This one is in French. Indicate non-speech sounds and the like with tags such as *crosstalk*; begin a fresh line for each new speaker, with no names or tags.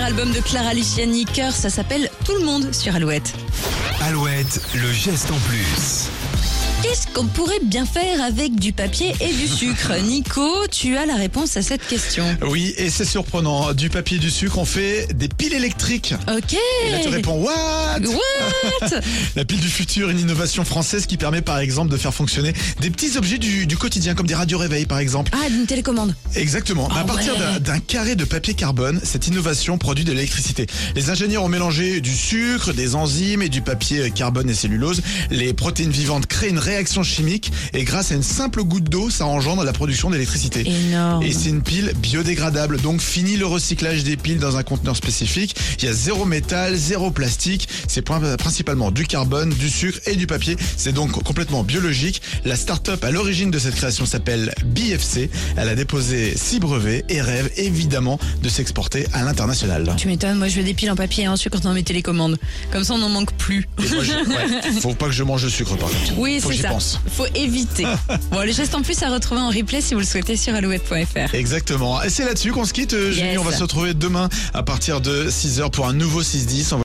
album de Clara Luciani, Cœur, ça s'appelle Tout le monde sur Alouette.
Alouette, le geste en plus.
Qu'est-ce qu'on pourrait bien faire avec du papier et du sucre Nico, tu as la réponse à cette question.
Oui, et c'est surprenant. Du papier et du sucre, on fait des piles électriques.
Ok.
Et là, tu
Eh.
réponds What
What
*laughs* La pile du futur, une innovation française qui permet par exemple de faire fonctionner des petits objets du, du quotidien, comme des radios réveil par exemple.
Ah, d'une télécommande.
Exactement.
Ah
à partir
ouais.
d'un- d'un carré de papier carbone, cette innovation produit de l'électricité. Les ingénieurs ont mélangé du sucre, des enzymes et du papier carbone et cellulose. Les protéines vivantes créent une réaction chimique et grâce à une simple goutte d'eau, ça engendre la production d'électricité.
Énorme.
Et c'est une pile biodégradable, donc fini le recyclage des piles dans un conteneur spécifique. Il y a zéro métal, zéro plastique. C'est prin- principalement du carbone, du sucre et du papier. C'est donc complètement biologique. La start-up à l'origine de cette création s'appelle BFC. Elle a déposé six brevets et rêve évidemment de s'exporter à l'international.
Tu m'étonnes, moi je veux des piles en papier et en sucre dans mes télécommandes. Comme ça on n'en manque plus.
Et
*laughs*
moi, je- ouais, faut pas que je mange le sucre par contre.
Oui,
Faut que
c'est
j'y
ça.
pense.
Faut
*laughs*
éviter. bon, les gestes en plus à retrouver en replay si vous le souhaitez sur alouette.fr.
Exactement. Et c'est là-dessus qu'on se quitte, euh, Julie.
Yes.
On va se retrouver demain à partir de 6h pour un nouveau 6-10. On va